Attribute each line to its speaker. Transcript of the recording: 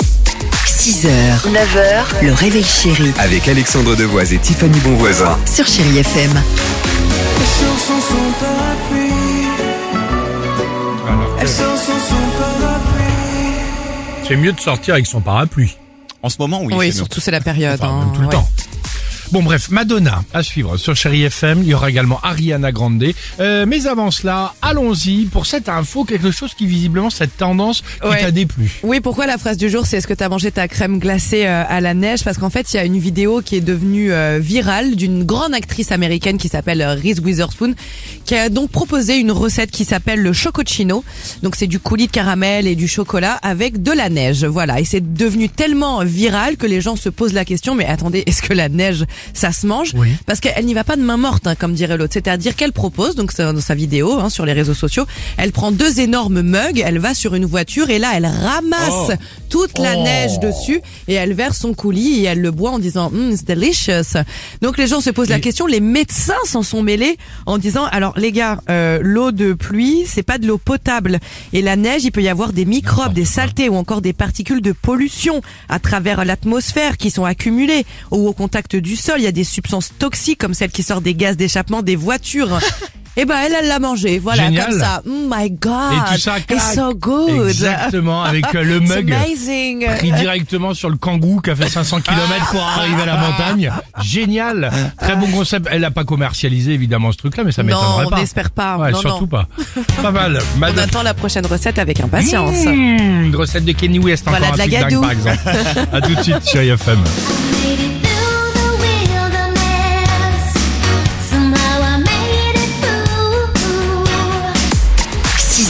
Speaker 1: 6h, 9h, le réveil chéri
Speaker 2: Avec Alexandre Devoise et Tiffany Bonvoisin.
Speaker 1: sur Chérie FM.
Speaker 3: Elle sort sans son parapluie. Elle sort sans son parapluie.
Speaker 4: C'est mieux de sortir avec son parapluie.
Speaker 5: En ce moment, oui.
Speaker 6: Oui,
Speaker 5: c'est
Speaker 6: surtout c'est la période.
Speaker 4: Enfin,
Speaker 6: hein,
Speaker 4: même tout le
Speaker 6: ouais.
Speaker 4: temps. Ah, Bon bref, Madonna à suivre sur Chéri FM. Il y aura également Ariana Grande. Euh, mais avant cela, allons-y pour cette info, quelque chose qui visiblement cette tendance qui
Speaker 6: Ouais.
Speaker 4: t'a déplu.
Speaker 6: Oui, pourquoi la phrase du jour, c'est est-ce que t'as mangé ta crème glacée euh, à la neige Parce qu'en fait, il y a une vidéo qui est devenue euh, virale d'une grande actrice américaine qui s'appelle euh, Reese Witherspoon, qui a donc proposé une recette qui s'appelle le chocochino. Donc c'est du coulis de caramel et du chocolat avec de la neige. Voilà, et c'est devenu tellement viral que les gens se posent la question, mais attendez, est-ce que la neige, ça se mange
Speaker 4: Oui.
Speaker 6: Parce qu'elle n'y va pas de main morte, hein, comme dirait l'autre. C'est-à-dire qu'elle propose, donc c'est dans sa vidéo hein, sur les réseaux sociaux, elle prend deux énormes mugs, elle va sur une voiture et là elle ramasse toute la neige dessus et elle verse son coulis et elle le boit en disant Hum, it's delicious. Donc les gens se posent la question, les médecins s'en sont mêlés en disant alors les gars, euh, l'eau de pluie c'est pas de l'eau potable et la neige il peut y avoir des microbes, des saletés ou encore des particules de pollution à travers l'atmosphère qui sont accumulées ou au contact du sol. Il y a des substances toxiques comme celles qui sortent des gaz d'échappement des voitures. Et ben elle, elle l'a mangé, voilà,
Speaker 4: Génial.
Speaker 6: comme ça. Oh my god,
Speaker 4: Et tout ça, clac.
Speaker 6: it's so good.
Speaker 4: Exactement, avec euh, le
Speaker 6: It's
Speaker 4: mug
Speaker 6: amazing.
Speaker 4: pris directement sur le kangou qui a fait 500 km pour arriver à la montagne. Génial, très bon concept. Elle n'a pas commercialisé évidemment ce truc-là, mais ça
Speaker 6: Non,
Speaker 4: m'étonnerait
Speaker 6: on
Speaker 4: pas.
Speaker 6: n'espère pas.
Speaker 4: Ouais,
Speaker 6: non,
Speaker 4: surtout
Speaker 6: non.
Speaker 4: pas. Pas mal.
Speaker 6: On
Speaker 4: Madonna.
Speaker 6: attend la prochaine recette avec impatience.
Speaker 4: Mmh, une recette de Kenny West
Speaker 6: Voilà,
Speaker 4: encore
Speaker 6: de la
Speaker 4: un truc dingue,
Speaker 6: gadoue.
Speaker 4: par exemple. à tout de suite sur IFM.
Speaker 7: Somehow I made it through.